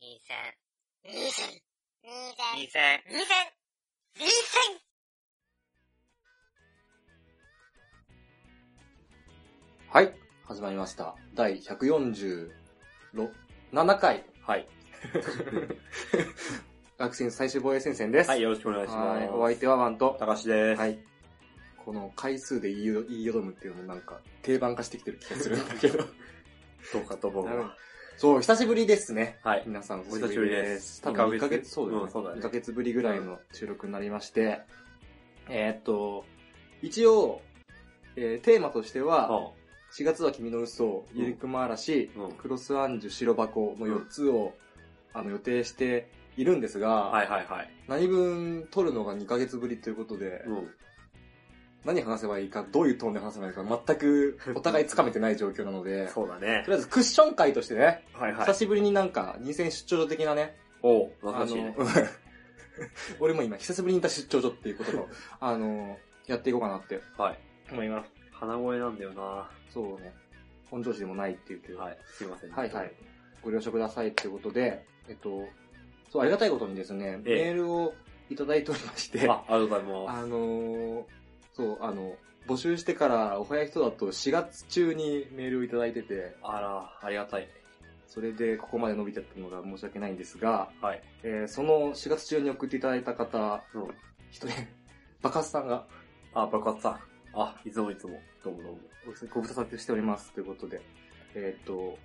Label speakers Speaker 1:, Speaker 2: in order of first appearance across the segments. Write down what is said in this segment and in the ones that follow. Speaker 1: 二千。
Speaker 2: 二千。二千。
Speaker 1: 二千。
Speaker 2: 二千。二千。
Speaker 3: はい、始まりました。第147回。
Speaker 4: はい。
Speaker 3: 学生最終防衛戦線です。
Speaker 4: はい、よろしくお願いしま
Speaker 3: はい
Speaker 4: す。
Speaker 3: お相手はワンと。
Speaker 4: 高橋です。
Speaker 3: はい。この回数で言いよ言いよどむっていうのもなんか定番化してきてる気 がするんだけど。
Speaker 4: どうかと僕
Speaker 3: なるほ
Speaker 4: は
Speaker 3: ど。そう、久しぶりですね。
Speaker 4: はい。
Speaker 3: 皆さん
Speaker 4: お
Speaker 3: お
Speaker 4: 久しぶりです
Speaker 3: 多分2ヶ
Speaker 4: 二ヶ
Speaker 3: 月、
Speaker 4: 月
Speaker 3: そうだよ
Speaker 4: う
Speaker 3: ね。
Speaker 4: んそうだね
Speaker 3: 2ヶ月ぶりぐらいの収録になりまして、えーっと、一応、えーテーマとしては、4月は君の嘘、ゆりくま嵐、
Speaker 4: うん
Speaker 3: クロスアンジュ、白箱の4つを、あの予定しているんですが、
Speaker 4: うんはいはいはい。
Speaker 3: 何分撮るのが2ヶ月ぶりということで、
Speaker 4: うん。
Speaker 3: 何話せばいいか、どういうトーンで話せばいいか、全 くお互いつかめてない状況なので、と
Speaker 4: そうだね
Speaker 3: り。あえずクッション会としてね、
Speaker 4: はいは
Speaker 3: 久
Speaker 4: い。
Speaker 3: しぶりになんか2000出張所的なね、
Speaker 4: おう、
Speaker 3: あ
Speaker 4: 懐かしいね
Speaker 3: の。、 俺も今久しぶりにいた出張所っていうことと、あの、やっていこうかなって
Speaker 4: はい。
Speaker 3: 思います。
Speaker 4: 鼻声なんだよなは
Speaker 3: そうね、本調子でもないっていうけど、
Speaker 4: い。すいません。
Speaker 3: はいはい。。ご了承くださいということで、えっと、そう、ありがたいことにですね、
Speaker 4: ええ
Speaker 3: メールをいただいておりまして、あ
Speaker 4: あ、ありがとうございます。
Speaker 3: のーそう、あの、募集してからお早い人だと4月中にメールをいただいてて、
Speaker 4: あら、ありがたい。
Speaker 3: それでここまで伸びちゃったのが申し訳ないんですが、
Speaker 4: はい。
Speaker 3: えーその4月中に送っていただいた方、
Speaker 4: うん。
Speaker 3: 一人、バカスさんが
Speaker 4: あ、爆発さあ、いつもいつも。どうもどうも。
Speaker 3: ご無沙汰しておりますということで、えーっと、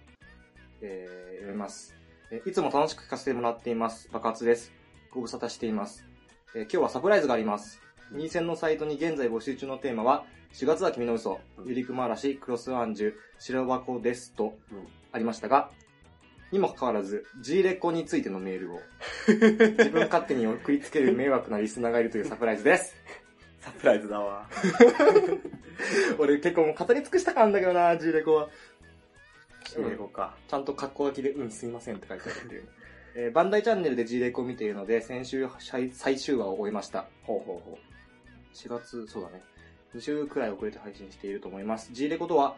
Speaker 3: えー、読みます、えーいつも楽しく聞かせてもらっています。爆発です。ご無沙汰しています。えー今日はサプライズがあります。任選のサイトに現在募集中のテーマは、4月は君の嘘、ゆりくま嵐、クロスアンジュ、白箱ですと
Speaker 4: うん。
Speaker 3: ありましたが、にもかかわらず、G レコについてのメー ルを、自分勝手に送りつける迷惑なリスナーがいるというサプライズです。
Speaker 4: サプライズだわ。
Speaker 3: 俺結構もう語り尽くしたかんだけどな、G レコは。
Speaker 4: 英語か。
Speaker 3: ちゃんと格好書きで、うん、すいませんって書いてあるっていう。えーバンダイチャンネルで G レコを見ているので、先週最最終話を終えました。
Speaker 4: ほうほうほ
Speaker 3: 4月、そうだね。2週くらい遅れて配信していると思います。G レコとは、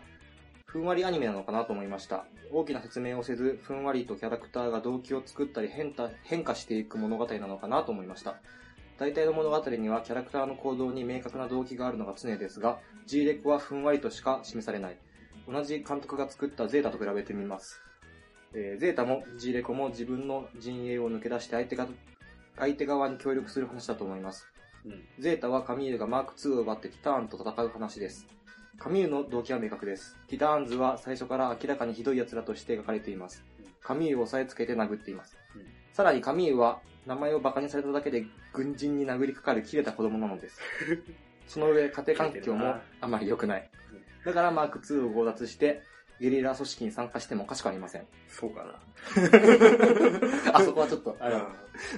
Speaker 3: ふんわりアニメなのかなと思いました。大きな説明をせず、ふんわりとキャラクターが動機を作ったり変た変化していく物語なのかなと思いました。大体の物語にはキャラクターの行動に明確な動機があるのが常ですが、G レコはふんわりとしか示されない。同じ監督が作ったゼータと比べてみます。えーゼータも G レコも自分の陣営を抜け出して相手が相手側に協力する話だと思います。
Speaker 4: う。うん。
Speaker 3: ゼータはカミーユがマーク2を奪ってティターンと戦う話です。カミーユの動機は明確です。ティターンズは最初から明らかにひどい奴らとして描かれています
Speaker 4: うん。
Speaker 3: カミーユを押さえつけて殴っています。
Speaker 4: うん
Speaker 3: さらにカミーユは名前を馬鹿にされただけで軍人に殴りかかる切れた子供なのです。その上家庭環境もあまり良くない
Speaker 4: うん。
Speaker 3: だからマーク2を強奪してゲリラ組織に参加してもおかしくありません。
Speaker 4: そう かな。
Speaker 3: あそこはちょっと、あれだ
Speaker 4: う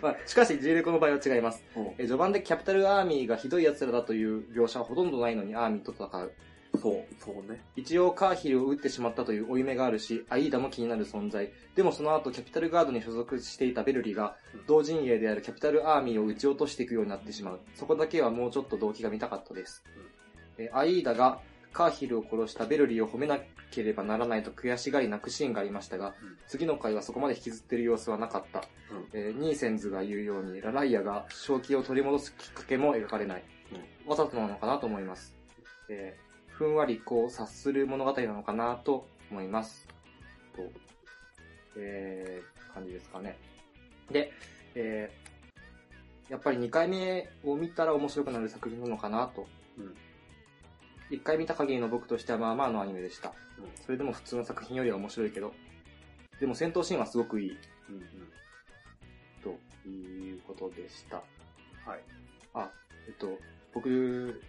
Speaker 3: まあ、しかし G レコの場合は違います。
Speaker 4: ん。
Speaker 3: えー序盤でキャピタルアーミーがひどい奴らだという描写はほとんどないのにアーミーと戦う。
Speaker 4: そう、そうね。
Speaker 3: 一応カーヒルを撃ってしまったという負い目があるし、アイーダも気になる存在。でもその後キャピタルガードに所属していたベルリが
Speaker 4: うん、
Speaker 3: 同陣営であるキャピタルアーミーを撃ち落としていくようになってしまう。そこだけはもうちょっと動機が見たかったです。えーアイーダがカーヒルを殺したベルリを褒めなければならないと悔しがり泣くシーンがありました
Speaker 4: う
Speaker 3: が、
Speaker 4: ん
Speaker 3: 次の回はそこまで引きずってる様子はなかった。
Speaker 4: うん
Speaker 3: えーニーセンズが言うように、ラライアが正気を取り戻すきっかけも描かれない。わざとなのかなと思います。えーふんわりこう察する物語なのかなと思います。と、えー、感じですかね。で、えー、やっぱり2回目を見たら面白くなる作品なのかなと。
Speaker 4: うん
Speaker 3: 1回見た限りの僕としてはまあまあのアニメでした。
Speaker 4: うん
Speaker 3: それでも普通の作品よりは面白いけど、でも戦闘シーンはすごくいい。
Speaker 4: うんうん。
Speaker 3: ということでした。
Speaker 4: はい。
Speaker 3: あ、えっと、僕、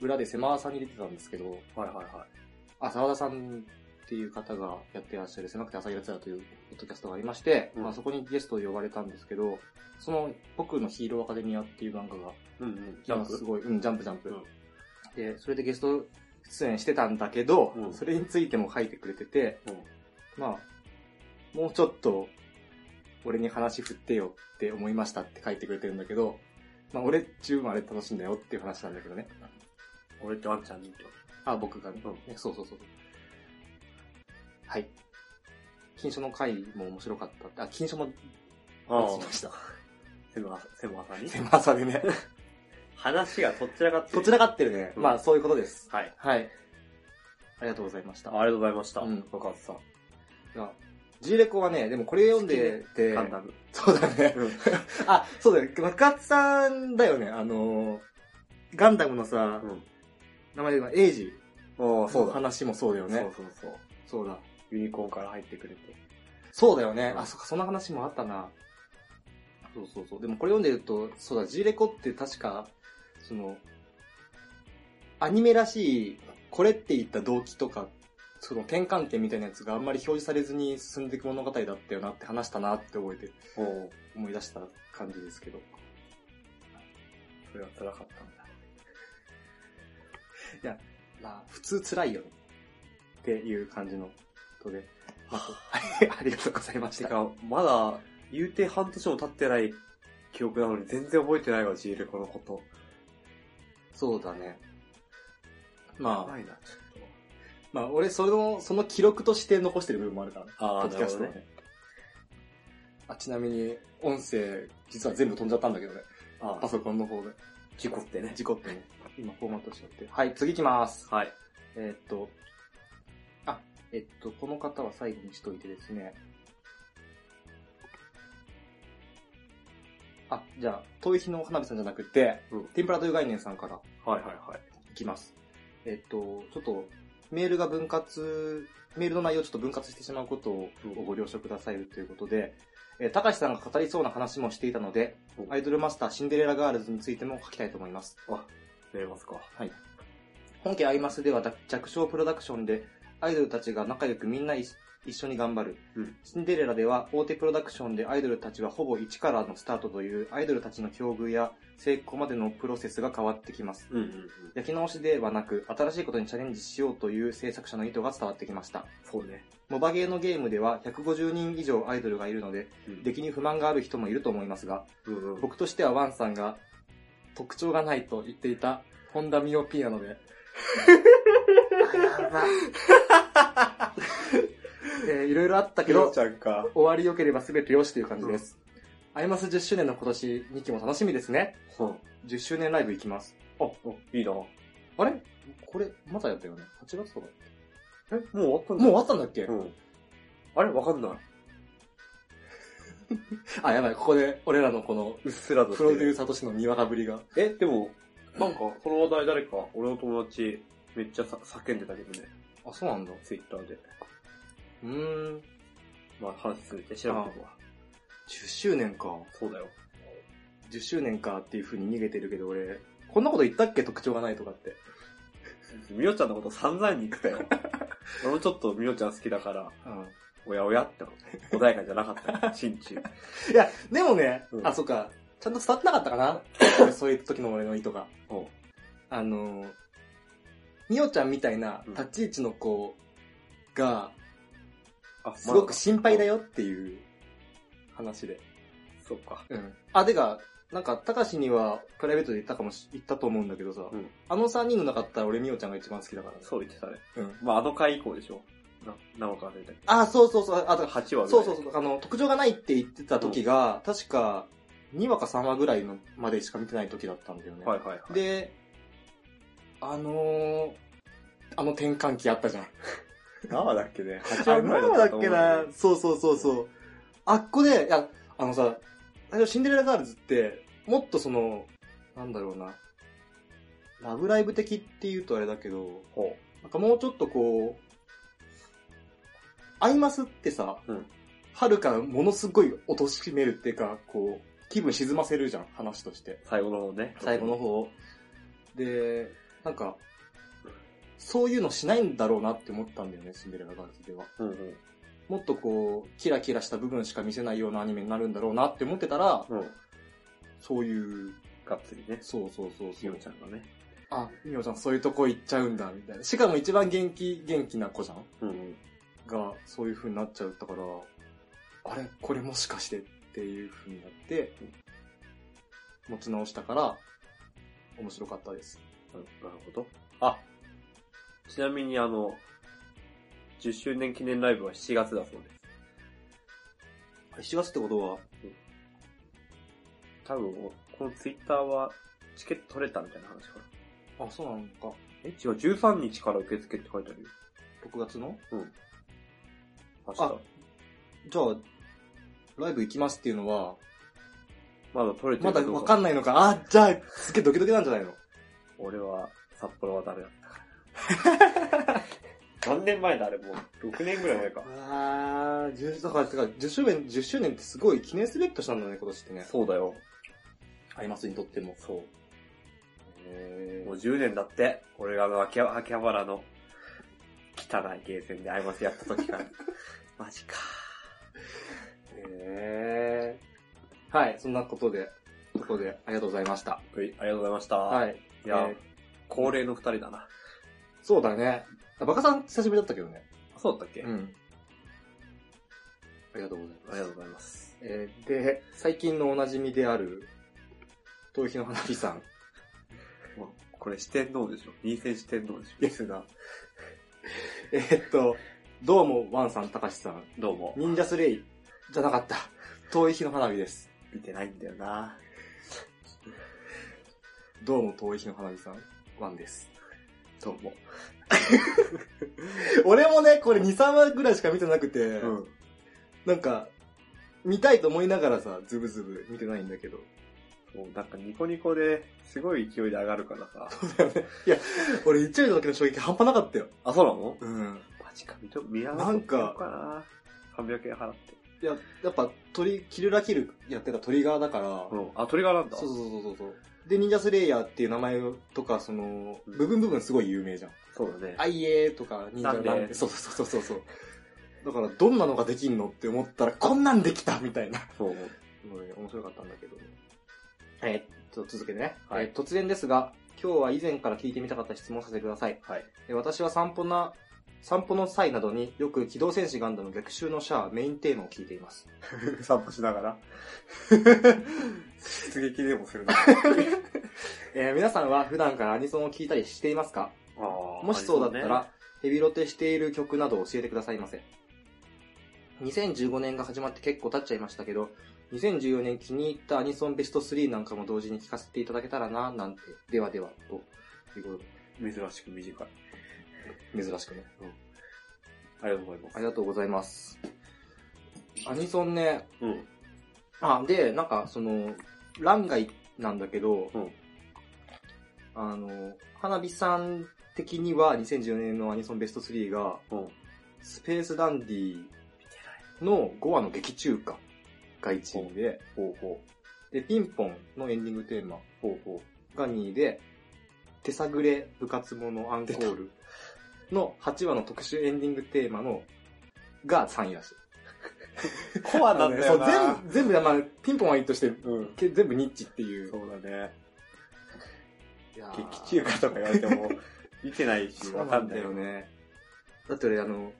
Speaker 3: 裏で狭田さんに出てたんですけど、
Speaker 4: はいはいはい。
Speaker 3: あ、沢田さんっていう方がやってらっしゃる狭くて浅いやつだというポッドキャストがありまして、
Speaker 4: うん
Speaker 3: まあそこにゲストを呼ばれたんですけど、その僕のヒーローアカデミアっていう漫画が、
Speaker 4: うんうん。
Speaker 3: 今すごい、うん、ジャンプジャンプ。
Speaker 4: うん
Speaker 3: で、それでゲスト出演してたんだけど、
Speaker 4: うん
Speaker 3: それについても書いてくれてて、
Speaker 4: うん。
Speaker 3: まあ、もうちょっと、俺に話振ってよって思いましたって書いてくれてるんだけど、まあ俺十分あれ楽しいんだよっていう話なんだけどね。
Speaker 4: 俺ってワンちゃんにと。
Speaker 3: あ、僕がね。
Speaker 4: うん
Speaker 3: ねそうそうそう。はい。金賞の回も面白かったって。あ、金賞も
Speaker 4: ああ
Speaker 3: 出しました。
Speaker 4: 狭、狭さに。
Speaker 3: 狭さ でね。
Speaker 4: 話がとっちらかってる
Speaker 3: どちらかってるね。
Speaker 4: うん
Speaker 3: まあ、そういうことです。
Speaker 4: はい。
Speaker 3: はい。ありがとうございまし
Speaker 4: あ
Speaker 3: た。
Speaker 4: りがとうございました。
Speaker 3: うん
Speaker 4: 若松さん。
Speaker 3: いや G レコはね、でもこれ読んでて、
Speaker 4: ガンダム。
Speaker 3: そうだね。あ、そうだね。若津さんだよね。あのー、ガンダムのさ、名前がエイジ
Speaker 4: うん。ああ、そうだ。
Speaker 3: 話もそうだよね。
Speaker 4: そうそうそう。
Speaker 3: そうだ。
Speaker 4: ユニコーンから入ってくれて。
Speaker 3: そうだよね。
Speaker 4: うん
Speaker 3: あ、そっか、そんな話もあったな。そうそうそう。でもこれ読んでると、そうだ、G レコって確か、その、アニメらしい、これって言った動機とか、その転換点みたいなやつがあんまり表示されずに進んでいく物語だったよなって話したなって覚えて、
Speaker 4: おお。
Speaker 3: 思い出した感じですけど。い
Speaker 4: それは辛かったんだ。
Speaker 3: や、まあ、普通辛いよね。 っていう感じのことで。まあこうありがとうございましてた。
Speaker 4: か、まだ、言うて半年も経ってない記憶なのに全然覚えてないわ、ジーレコのこと。
Speaker 3: そうだね。まあ、
Speaker 4: ないな、ちょっ
Speaker 3: まあ、俺、その、その記録として残してる部分もあるからね。
Speaker 4: と。あ
Speaker 3: ポ
Speaker 4: あ、
Speaker 3: ッ
Speaker 4: な
Speaker 3: ドキ
Speaker 4: るほ
Speaker 3: ャ
Speaker 4: ど
Speaker 3: ストは
Speaker 4: ね。
Speaker 3: ね。あ、ちなみに、音声、実は全部飛んじゃったんだけどね。
Speaker 4: あ
Speaker 3: パ
Speaker 4: あ、
Speaker 3: ソコンの方で。
Speaker 4: 事故ってね。
Speaker 3: 事故ってね。今、フォーマットしちゃって。はい、次行きます。
Speaker 4: はい。
Speaker 3: えーっと、あ、えっと、この方は最後にしといてですね。あ、じゃあ、遠い日の花火さんじゃなくて、
Speaker 4: うん
Speaker 3: 天ぷらという概念さんから。
Speaker 4: はいはいはい。
Speaker 3: いきます。えっと、ちょっと、メールが分割、メールの内容をちょっと分割してしまうことを
Speaker 4: うん
Speaker 3: ご了承くださいということで、えー、高橋さんが語りそうな話もしていたので
Speaker 4: う、ん
Speaker 3: アイドルマスターシンデレラガールズについても書きたいと思います。
Speaker 4: やりますか。
Speaker 3: 本家アイマスではだ弱小プロダクションで、アイドルたちが仲良くみんな一一緒に頑張る。
Speaker 4: うん
Speaker 3: シンデレラでは大手プロダクションでアイドルたちはほぼ一からのスタートというアイドルたちの境遇や成功までのプロセスが変わってきます。
Speaker 4: うんうんうん。
Speaker 3: 焼き直しではなく、新しいことにチャレンジしようという制作者の意図が伝わってきました。
Speaker 4: そうね。
Speaker 3: モバゲーのゲームでは150人以上アイドルがいるので、
Speaker 4: うん
Speaker 3: 出来に不満がある人もいると思いますが、
Speaker 4: うんうん。
Speaker 3: 僕としてはワンさんが特徴がないと言っていた、本田ミオ P なので。えーいろいろあったけ
Speaker 4: ひろ
Speaker 3: ど、
Speaker 4: ちゃんか。
Speaker 3: 終わり良ければ全て良しという感じです。アイマス10周年の今年、2期も楽しみですね。
Speaker 4: うん。
Speaker 3: 10周年ライブ行きます。
Speaker 4: あ、いいな。え、も
Speaker 3: あれこれ、まだやったよね ?8 月とか
Speaker 4: う終わったん
Speaker 3: もう終わったんだっけ、
Speaker 4: うん。あれわかんない。
Speaker 3: あ、やばい、ここで俺らのこの、
Speaker 4: うっすらとして
Speaker 3: プロデューサーとしてのにわかぶりが。
Speaker 4: え、でも、なんか、この話題誰か、俺の友達、めっちゃさ叫んでたけどね、
Speaker 3: あ、そうなんだ。
Speaker 4: ツイッターで。
Speaker 3: うーん。
Speaker 4: まあ、話進めて調べてくわ。
Speaker 3: 10周年か。
Speaker 4: そうだよ。
Speaker 3: 10周年かっていう風に逃げてるけど、俺、こんなこと言ったっけ特徴がないとかって。
Speaker 4: みおちゃんのこと散々に言ってた よ。俺もちょっとみおちゃん好きだから、
Speaker 3: うん。
Speaker 4: おやおやってこと穏やかじゃなかった よ、心中。
Speaker 3: いや、でもね、
Speaker 4: うん
Speaker 3: あ、そっか。ちゃんと伝わってなかったかな 俺そういう時の俺の意図が。
Speaker 4: おう
Speaker 3: あのー、みおちゃんみたいな
Speaker 4: うん
Speaker 3: 立ち位置の子が、
Speaker 4: あ、
Speaker 3: すごく
Speaker 4: ま
Speaker 3: 心配だよっていう話で。
Speaker 4: あそうか。
Speaker 3: うん。あ、てか、なんか、たかしにはプライベートで言ったかもし、言ったと思うんだけどさ、
Speaker 4: うん
Speaker 3: あの3人の中だったら俺みおちゃんが一番好きだからね。
Speaker 4: そう言ってたね。
Speaker 3: うん。
Speaker 4: まあ、あの回以降でしょ。な、なおか忘れたけど。
Speaker 3: あ、そうそうそう、あ、だか
Speaker 4: 8
Speaker 3: ら
Speaker 4: 話ぐ
Speaker 3: そ
Speaker 4: ら
Speaker 3: う
Speaker 4: い。
Speaker 3: そうそう、あの、特徴がないって言ってた時が、確か、2話か3話ぐらいのまでしか見てない時だったんだよね。
Speaker 4: はいはいはい。
Speaker 3: で、あのー、あの転換期あったじゃん。
Speaker 4: 何話だっけね。8話
Speaker 3: あれ
Speaker 4: ぐらい
Speaker 3: 何
Speaker 4: だ
Speaker 3: 話
Speaker 4: った
Speaker 3: だ
Speaker 4: と
Speaker 3: っ
Speaker 4: 思
Speaker 3: け
Speaker 4: うだ
Speaker 3: なそうそうそうそう。あっこで、いや、あのさ、最初シンデレラガールズって、もっとその、なんだろうな、ラブライブ的って言うとあれだけど、
Speaker 4: ほ
Speaker 3: なんかもうちょっとこう、アイマスってさ、
Speaker 4: うん
Speaker 3: はるかものすごい落としめるっていうか、こう、気分沈ませるじゃん、話として。
Speaker 4: う最後の方ね。
Speaker 3: 最後の。方。で、なんか、そういうのしないんだろうなって思ったんだよね、シンデレラガールズでは。
Speaker 4: うんうん。
Speaker 3: もっとこう、キラキラした部分しか見せないようなアニメになるんだろうなって思ってたら、
Speaker 4: うん。
Speaker 3: そういう、
Speaker 4: がっつりね。
Speaker 3: そうそうそうそ
Speaker 4: みお
Speaker 3: う。
Speaker 4: ちゃんがね。
Speaker 3: あ、みおちゃんそういうとこ行っちゃうんだ、みたいな。しかも一番元気、元気な子じゃん
Speaker 4: うんうん。
Speaker 3: が、そういう風になっちゃったから、あれこれもしかしてっていう風になって、持ち直したから、面白かったです。
Speaker 4: なるほど。あ、ちなみにあの、10周年記念ライブは7月だそうです。
Speaker 3: 7月ってことは、
Speaker 4: 多分、このツイッターは、チケット取れたみたいな話か
Speaker 3: あ、そうなのか。
Speaker 4: な。え、違う、13日から受付って書いてあるよ。
Speaker 3: 6月の
Speaker 4: 明
Speaker 3: あ
Speaker 4: 日。
Speaker 3: じゃあ、ライブ行きますっていうのは、
Speaker 4: まだ取れて
Speaker 3: ま
Speaker 4: る
Speaker 3: だわかん
Speaker 4: ない。
Speaker 3: ないのか。あ、じゃあ、すっげえドキドキなんじゃないの
Speaker 4: 俺は、札幌は誰だ ったから。何年前だ、あれもう。6年ぐらい前か。
Speaker 3: あー、10だから、だから10周年、10周年ってすごい記念すべきとしたんだね、今年ってね。
Speaker 4: そうだよ。
Speaker 3: アイマスにとっても。
Speaker 4: そう。
Speaker 3: へ
Speaker 4: もう10年だって、俺があの秋葉秋葉原の汚いゲーセンでアイマスやった時から。 マジか。
Speaker 3: え。はい、そんなことで、ここでありがとうございました。
Speaker 4: はい、ありがとうございました。。
Speaker 3: はいい。
Speaker 4: いや、
Speaker 3: えー
Speaker 4: 恒例の二人だな。
Speaker 3: そうだね。あバカさん久しぶりだったけどね。
Speaker 4: あそうだったっけ、あ
Speaker 3: ん。ありがとうございます。
Speaker 4: りがとうございます。
Speaker 3: えーで、最近のおなじみである、頭皮の花火さ ん。
Speaker 4: まあこれ四天王でしょ。臨戦四天王でしょ。リスナー。
Speaker 3: えーっと、どうも、ワンさん、たかしさん。
Speaker 4: どうも。
Speaker 3: 忍者スレイじゃなか った。遠い日の花火です。
Speaker 4: 見てないんだよな。
Speaker 3: どうも、遠い日の花火さん。ワンです。
Speaker 4: どうも。
Speaker 3: 俺もね、これ2、3話ぐらいしか見てなくて、
Speaker 4: うん。
Speaker 3: なんか、見たいと思いながらさ、ズブズブ見てないんだけど。
Speaker 4: もうなんかニコニコですごい勢いで上がるからさ。
Speaker 3: 俺1話の時の衝撃半端なかったよ。
Speaker 4: あ、そうなの
Speaker 3: うん。
Speaker 4: マジか、見と、見や
Speaker 3: なんか
Speaker 4: かな。300円払って。
Speaker 3: いや、やっぱ、鳥、キルラキルやってたトリガーだから、
Speaker 4: うん。あ、トリガーなんだ。
Speaker 3: そうそうそうそうそう。で、忍者スレイヤーっていう名前とか、その、
Speaker 4: うん
Speaker 3: 部分部分すごい有名じゃん。
Speaker 4: そうだね。
Speaker 3: あいえーとか、忍者
Speaker 4: な
Speaker 3: なんん
Speaker 4: で
Speaker 3: て。そうそうそうそうそう。だから、どんなのができんのって思ったら、こんなんできたみたいな。
Speaker 4: そう。
Speaker 3: もうね面白かったんだけど。えーっと、続けてね。
Speaker 4: はい
Speaker 3: えー突然ですが、今日は以前から聞いてみたかった質問をさせてください。
Speaker 4: はい。
Speaker 3: えー私は散歩な、散歩の際などによく機動戦士ガンダム逆襲のシャアメインテーマを聞いています。
Speaker 4: 散歩しなが ら。出撃でもするな。
Speaker 3: えー皆さんは普段からアニソンを聞いたりしていますかも
Speaker 4: も
Speaker 3: しそうだったら、、ヘビロテしている曲などを教えてくださいませ。2015年が始まって結構経っちゃいましたけど、2014年気に入ったアニソンベスト3なんかも同時に聞かせていただけたらな、なんて、ではでは、というこ
Speaker 4: 珍
Speaker 3: と
Speaker 4: しく短い。
Speaker 3: で、珍しくね。
Speaker 4: ありがとうございま
Speaker 3: あ
Speaker 4: す。
Speaker 3: りがとうございます。アニソンね、
Speaker 4: うん。
Speaker 3: あ、で、なんか、その、欄外なんだけど、
Speaker 4: うん
Speaker 3: あの、花火さん的には2014年のアニソンベスト3が、
Speaker 4: うん。
Speaker 3: スペースダンディの5話の劇中歌が1位で、
Speaker 4: ほうほ
Speaker 3: で、ピンポンのエンディングテーマ
Speaker 4: う。ほうほ
Speaker 3: が2位で、手探れ部活者アンコールの8話の特殊エンディングテーマのが3位らしい。
Speaker 4: う。コアなんだよな。
Speaker 3: そう全部、全部だ、まあ、ピンポンはいいとして、
Speaker 4: うん。
Speaker 3: け全部ニッチっていう。
Speaker 4: そうだね。
Speaker 3: いやー
Speaker 4: 劇中歌とか言われても、見てない し、
Speaker 3: そう
Speaker 4: わ
Speaker 3: な
Speaker 4: か
Speaker 3: ん
Speaker 4: ん
Speaker 3: だ
Speaker 4: ない
Speaker 3: よ
Speaker 4: よね。
Speaker 3: ね。だって俺、あの、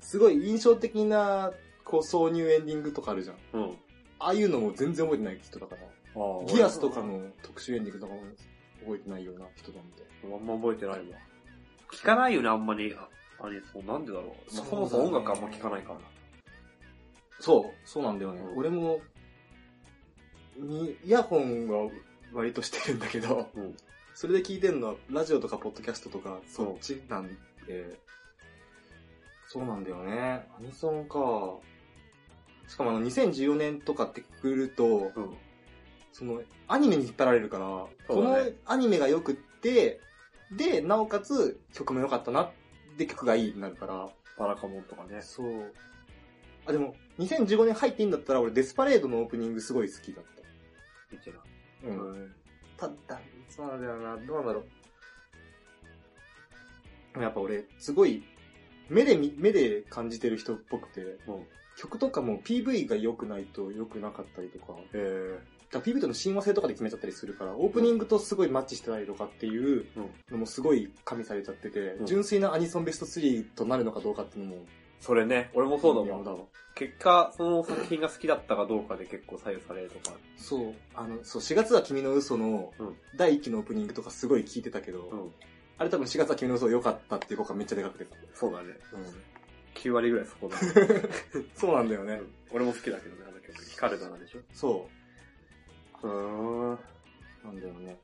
Speaker 3: すごい印象的な、こう、挿入エンディングとかあるじゃん。
Speaker 4: うん。
Speaker 3: ああいうのも全然覚えてない人だから。
Speaker 4: あ
Speaker 3: ギアスとか。の特殊エンディングとかも覚えてないような人だみたい
Speaker 4: 俺あんま覚えてないわ。聞かないよね、あんまり。あれ、そう、なんでだろう。まあ、そもそも音楽あんま聞かないから。
Speaker 3: そう、そうなんだよね。
Speaker 4: うん
Speaker 3: 俺も、に、イヤホンは割としてるんだけど、
Speaker 4: うん
Speaker 3: それで聞いてるのはラジオとかポッドキャストとか、
Speaker 4: そう
Speaker 3: そっちなんで、そうなんだよね。アニソンか。しかもあの、2014年とかってくると、
Speaker 4: うん。
Speaker 3: その、アニメに引っ張られるから、
Speaker 4: そう
Speaker 3: こ
Speaker 4: だ
Speaker 3: の
Speaker 4: ね
Speaker 3: アニメが良くって、で、なおかつ曲も良かったな、で曲がいいになるから、
Speaker 4: バラカモンとかね。
Speaker 3: そう。あ、でも、2015年入っていいんだったら、俺、デスパレードのオープニングすごい好きだっ
Speaker 4: 見てない。
Speaker 3: た。う
Speaker 4: うん。
Speaker 3: ただ、そうなんだよな、どうなんだろう。でもやっぱ俺、すごい、目で見、目で感じてる人っぽくて、
Speaker 4: うん。
Speaker 3: 曲とかも PV が良くないと良くなかったりとか、
Speaker 4: へえ。
Speaker 3: だから PV との親和性とかで決めちゃったりするから、オープニングとすごいマッチしてないとかっていう
Speaker 4: うん
Speaker 3: のもすごい加味されちゃってて、
Speaker 4: ん
Speaker 3: 純粋なアニソンベスト3となるのかどうかっていうのも、
Speaker 4: それね、俺もそうだもん
Speaker 3: 微妙。わ
Speaker 4: 結果、その作品が好きだったかどうかで結構左右されるとか。
Speaker 3: そう、あの、そう、4月は君の嘘の
Speaker 4: うん
Speaker 3: 第1期のオープニングとかすごい聞いてたけど、
Speaker 4: うん。
Speaker 3: あれ多分4月は君の嘘良かったっていう子がめっちゃでかくてた。
Speaker 4: そうだね。
Speaker 3: うん。
Speaker 4: 9割ぐらいそこだ。
Speaker 3: そうなんだよね。
Speaker 4: 俺も好きだけどね、あの曲。ヒカルダナでしょ
Speaker 3: そう
Speaker 4: ーん。
Speaker 3: う。なんだよね。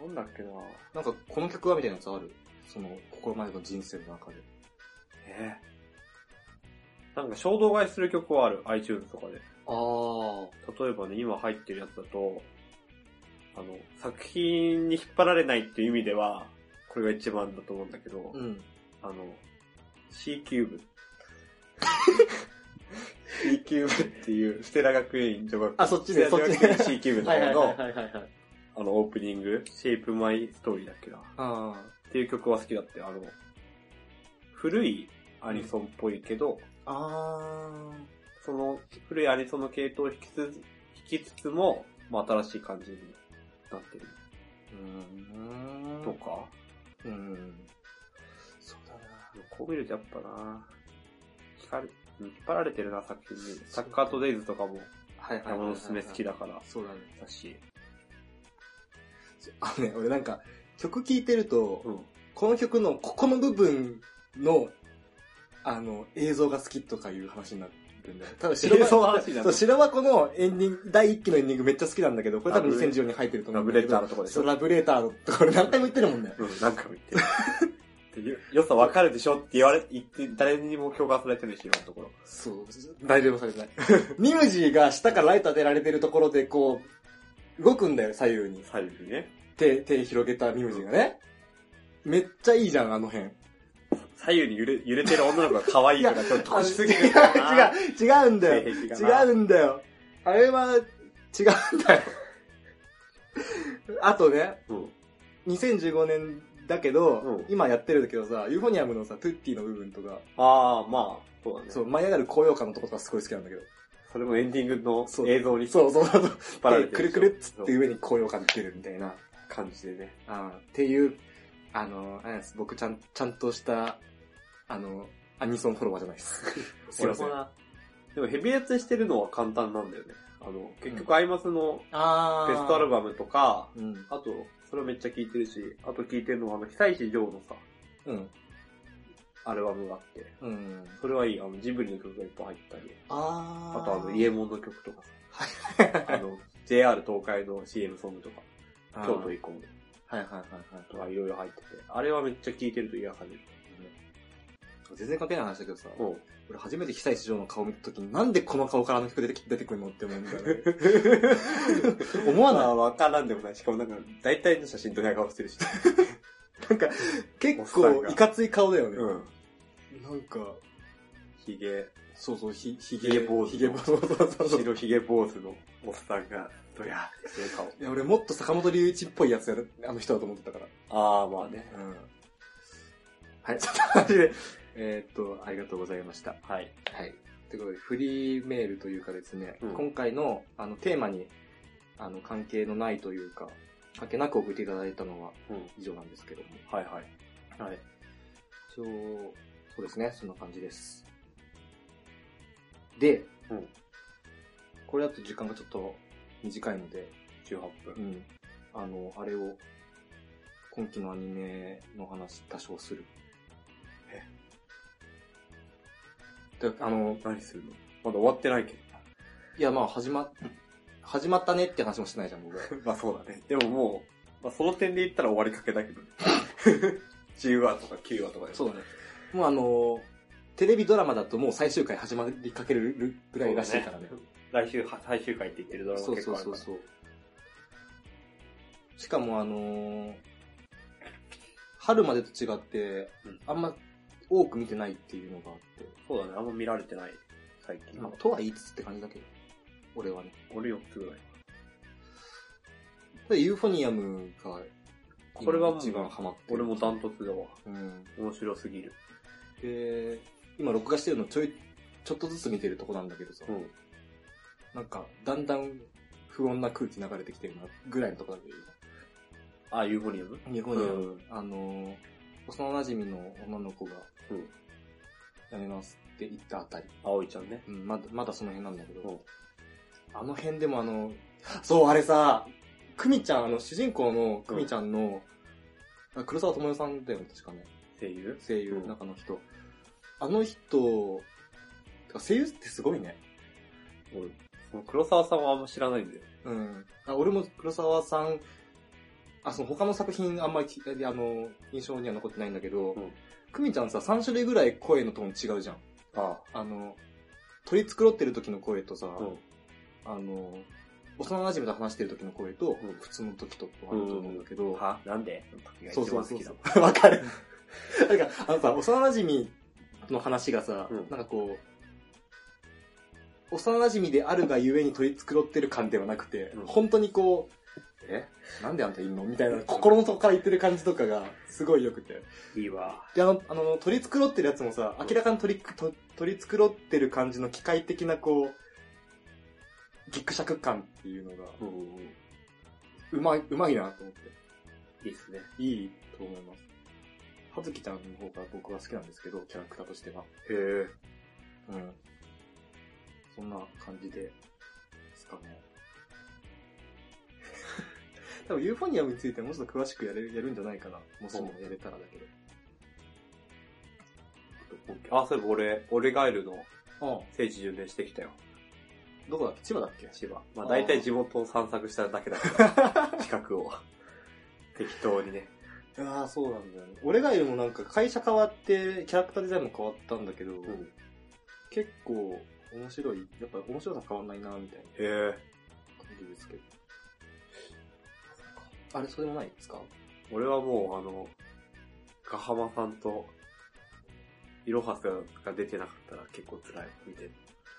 Speaker 4: なんだっけな
Speaker 3: なんか、この曲はみたいなやつあるその、ここまでの人生の中で。
Speaker 4: えーなんか衝動買いする曲はある。iTunes とかで。
Speaker 3: あー。
Speaker 4: 例えばね、今入ってるやつだと、あの、作品に引っ張られないっていう意味では、これが一番だと思うんだけど、
Speaker 3: うん。
Speaker 4: あの、C キューブ。C キューブっていう、ステラ学園女学
Speaker 3: あ、そっちね、そっち
Speaker 4: ステラ
Speaker 3: ね
Speaker 4: 学園。C キューブの
Speaker 3: はい
Speaker 4: 方
Speaker 3: はいはい
Speaker 4: の、
Speaker 3: はいはいはい。
Speaker 4: あの、オープニング、Shape My Story だっけな。っ
Speaker 3: あ
Speaker 4: ていう曲は好きだって、あの、古いアニソンっぽいけど、
Speaker 3: ー。あ
Speaker 4: その古いアニソンの系統を引きつつ、引きつつも、まあ、新しい感じになってる。
Speaker 3: ー。うーん。
Speaker 4: とか、
Speaker 3: うん。そうだな。
Speaker 4: こう見るとやっぱな引かれ、引っ張られてるな、作品に。サッカートデイズとかも、
Speaker 3: はいはいはいはいはい。
Speaker 4: 山のすすめ好きだから。
Speaker 3: そうだね。
Speaker 4: だし、
Speaker 3: あのね、俺なんか、曲聴いてると、
Speaker 4: うん。
Speaker 3: この曲のここの部分の、あの、映像が好きとかいう話になってるんだよ。多分白
Speaker 4: 映像
Speaker 3: 箱
Speaker 4: の話にな
Speaker 3: そう、
Speaker 4: る。
Speaker 3: 白箱のエンディング、第1期のエンディングめっちゃ好きなんだけど、これ多分
Speaker 4: ラブレ
Speaker 3: 2014に入ってると思
Speaker 4: ラ
Speaker 3: うん
Speaker 4: ブ
Speaker 3: だけ
Speaker 4: レ
Speaker 3: ど。
Speaker 4: ターのとこでし
Speaker 3: そ
Speaker 4: ょ
Speaker 3: う、。ラブレターのとこれ何回も言ってるもんね。
Speaker 4: うん、なんか見てる。って良さわかるでしょって言われ、言って、誰にも共感されてないし、今のところ。
Speaker 3: そう、大丈夫されてない。 ミュージーが下からライト当てられてるところで、こう、動くんだよ、左右に。
Speaker 4: 左右にね。
Speaker 3: 手、手広げたミュージーがね。めっちゃいいじゃん、あの辺。
Speaker 4: 左右に揺れ、揺れてる女の子が可愛いから、ちょっと
Speaker 3: あ
Speaker 4: 年すぎ
Speaker 3: 違う
Speaker 4: るかな。
Speaker 3: 違う、違うんだよ。
Speaker 4: 性癖がな
Speaker 3: 違うんだよ。あれは、違うんだよ。 あとね、
Speaker 4: うん。
Speaker 3: 2015年だけど、
Speaker 4: うん
Speaker 3: 今やってるけどさ、ユーフォニアムのさ、トゥッティの部分とか、
Speaker 4: ああ、まあ、そうだね。
Speaker 3: そ、
Speaker 4: そう
Speaker 3: 舞い上がる高揚感のとことかすごい好きなんだけど。
Speaker 4: それもエンディングの
Speaker 3: そう
Speaker 4: 映像に
Speaker 3: そうそう そう。
Speaker 4: 引っ張られ
Speaker 3: で
Speaker 4: て
Speaker 3: く
Speaker 4: るで
Speaker 3: る
Speaker 4: し
Speaker 3: く
Speaker 4: ょ。
Speaker 3: るっつって
Speaker 4: そう
Speaker 3: 上に高揚感出るみたいな。
Speaker 4: 感じでね。
Speaker 3: あーっていう、あの、あれなんです。僕ちゃん、ちゃんとした、あの、アニソンフォロワーじゃな いです。すい
Speaker 4: 俺
Speaker 3: ませ
Speaker 4: も
Speaker 3: ん。
Speaker 4: な。でもヘビレツしてるのは簡単なんだよね。あの、結局アイマスの
Speaker 3: あ
Speaker 4: ベストアルバムとか、
Speaker 3: うん。
Speaker 4: あと、それめっちゃ聴いてるし、あと聴いてるのは、あの、久石譲のさ、
Speaker 3: うん。
Speaker 4: アルバムがあって、
Speaker 3: うん。
Speaker 4: それはいい、あの、ジブリの曲がいっぱい入ったり、
Speaker 3: あ
Speaker 4: あとあの、イエモンの曲とかさ、あの、JR 東海の CM ソングとか、京都以降の
Speaker 3: はいはいはいはい。
Speaker 4: とかいろいろ入ってて、あれはめっちゃ聴いてると癒される。
Speaker 3: 全然関係ない話だけどさ、
Speaker 4: うん。
Speaker 3: 俺初めて被災市場の顔見た時になんでこの顔からあの曲出てき出てくるのって思うんだよね。 思わ
Speaker 4: まあ、
Speaker 3: な
Speaker 4: わからんでもない。しかもなんか、大体の写真ドヤ顔してるし。
Speaker 3: いなんか、結構いかつい顔だよね。
Speaker 4: うん。
Speaker 3: なんか、
Speaker 4: ひげ、
Speaker 3: そうそう、ひ、ひ
Speaker 4: ひ
Speaker 3: げ
Speaker 4: げ坊主
Speaker 3: ひげ坊主。そうそうそう。
Speaker 4: 白ひげ坊主のおっさんが、ドヤーってしてる顔。
Speaker 3: いや、俺もっと坂本龍一っぽいやつやる、あの人だと思ってたから。
Speaker 4: あー、まあね。
Speaker 3: うん。はい、そんな感じで、えーっと、ありがとうございました。
Speaker 4: はい。
Speaker 3: はい。ということで、フリーメールというかですね、
Speaker 4: うん
Speaker 3: 今回のあのテーマにあの関係のないというか、関係なく送っていただいたのは
Speaker 4: うん。
Speaker 3: 以上なんですけども。
Speaker 4: はいはい。
Speaker 3: はい。一応、そうですね、そんな感じです。で、
Speaker 4: うん
Speaker 3: これだと時間がちょっと短いので、
Speaker 4: 18分。
Speaker 3: うん。あの、あれを、今期のアニメの話多少する。えあの、
Speaker 4: 何するのまだ終わってないけど。
Speaker 3: いや、まあ、始ま、始まったねって話もしてないじゃん、僕。
Speaker 4: まあそうだね。でももう、まあ、その点で言ったら終わりかけだけどね。10話とか9話とかで
Speaker 3: そうだね。もうあのーテレビドラマだともう最終回始まりかけるぐらいらしいからね。
Speaker 4: 来週は、最終回って言ってるドラマ
Speaker 3: そう
Speaker 4: 結
Speaker 3: そ
Speaker 4: 構
Speaker 3: う
Speaker 4: ある
Speaker 3: そ
Speaker 4: か
Speaker 3: う
Speaker 4: ら。
Speaker 3: そう。しかもあのー春までと違って
Speaker 4: うん、
Speaker 3: あんま多く見てないっていうのがあって。
Speaker 4: そうだね。あんま見られてない。最近
Speaker 3: まあ、とは言いつつって感じだけど。俺はね。
Speaker 4: 俺4つぐらい。
Speaker 3: で、ユーフォニアムが、
Speaker 4: これはもう
Speaker 3: 一番ハマってる
Speaker 4: 俺もダントツだわ。
Speaker 3: うん。
Speaker 4: 面白すぎる。
Speaker 3: で、今録画してるのちょい、ちょっとずつ見てるとこなんだけどさ、
Speaker 4: うん。
Speaker 3: なんか、だんだん不穏な空気流れてきてるな、ぐらいのとこだけどいい
Speaker 4: あ、ユーフォニアム
Speaker 3: な。日本にある、あのー、幼馴染の女の子が、
Speaker 4: うん。
Speaker 3: やめますって言ったあたり。
Speaker 4: 葵ちゃんね。
Speaker 3: うん、まだ、まだその辺なんだけど、
Speaker 4: うん
Speaker 3: あの辺でもあの、そう、あれさ、久美ちゃん、あの、主人公の久美ちゃんの、あ黒沢智代さんだよね、確かね。
Speaker 4: 声優
Speaker 3: 声優
Speaker 4: う
Speaker 3: の
Speaker 4: ん
Speaker 3: 中の人あの人、てか声優ってすごいね。
Speaker 4: 俺、その黒沢さんはあんま知らないんだよ。
Speaker 3: うん。あ俺も黒沢さん、あ、その他の作品あんまりき、あの、印象には残ってないんだけど、
Speaker 4: うん
Speaker 3: くみちゃんさ、3種類ぐらい声のトーン違うじゃん。
Speaker 4: あ
Speaker 3: あの、取り繕ってる時の声とさ、
Speaker 4: あうん。
Speaker 3: あの、幼馴染と話してる時の声と、
Speaker 4: うん
Speaker 3: 普通の時とあると思うんだけど、
Speaker 4: はなんでの時が
Speaker 3: そう
Speaker 4: 一
Speaker 3: そう
Speaker 4: 番
Speaker 3: そ
Speaker 4: 好
Speaker 3: う
Speaker 4: きだ
Speaker 3: そ。 う。わかる。なんか、あのさ、幼馴染の話がさ、
Speaker 4: うん
Speaker 3: なんかこう、幼馴染であるがゆえに取り繕ってる感ではなくて、
Speaker 4: うん
Speaker 3: 本当にこう、えなんであんたいんのみたいな心の底から言ってる感じとかがすごい良くて。
Speaker 4: いいわ。
Speaker 3: で、あの、あの、取り繕ってるやつもさ、明らかに取り、と取り繕ってる感じの機械的なこう、ギクシャク感っていうのが、
Speaker 4: うんうんうん。いう
Speaker 3: まい、うまいなと思って。
Speaker 4: いっすね。
Speaker 3: いいと思います。はずきちゃんの方が僕は好きなんですけど、キャラクターとしては。
Speaker 4: へえ。
Speaker 3: うん。そんな感じで、ですか ね。多分ユーフォニアムについてもうちょっと詳しくやれる、やるんじゃないかな。もしもやれたらだけど。
Speaker 4: あ、そういえば俺、俺ガエルの
Speaker 3: ああ、
Speaker 4: 聖地巡礼してきたよ。
Speaker 3: どこだっけ千葉だっけ
Speaker 4: 千葉。まあ
Speaker 3: あー
Speaker 4: 大体地元を散策しただけだ から、近くを。適当にね。
Speaker 3: ああ、そうなんだよね。俺がいるもなんか会社変わって、キャラクターデザインも変わったんだけど、
Speaker 4: ん。
Speaker 3: 結構面白い、やっぱ面白さ変わんないな、みたいな
Speaker 4: へえ。
Speaker 3: 感じですけど。あれ、それもないですか
Speaker 4: 俺はもうあの、ガハマさんと、イロハスが出てなかったら結構辛い、見てる。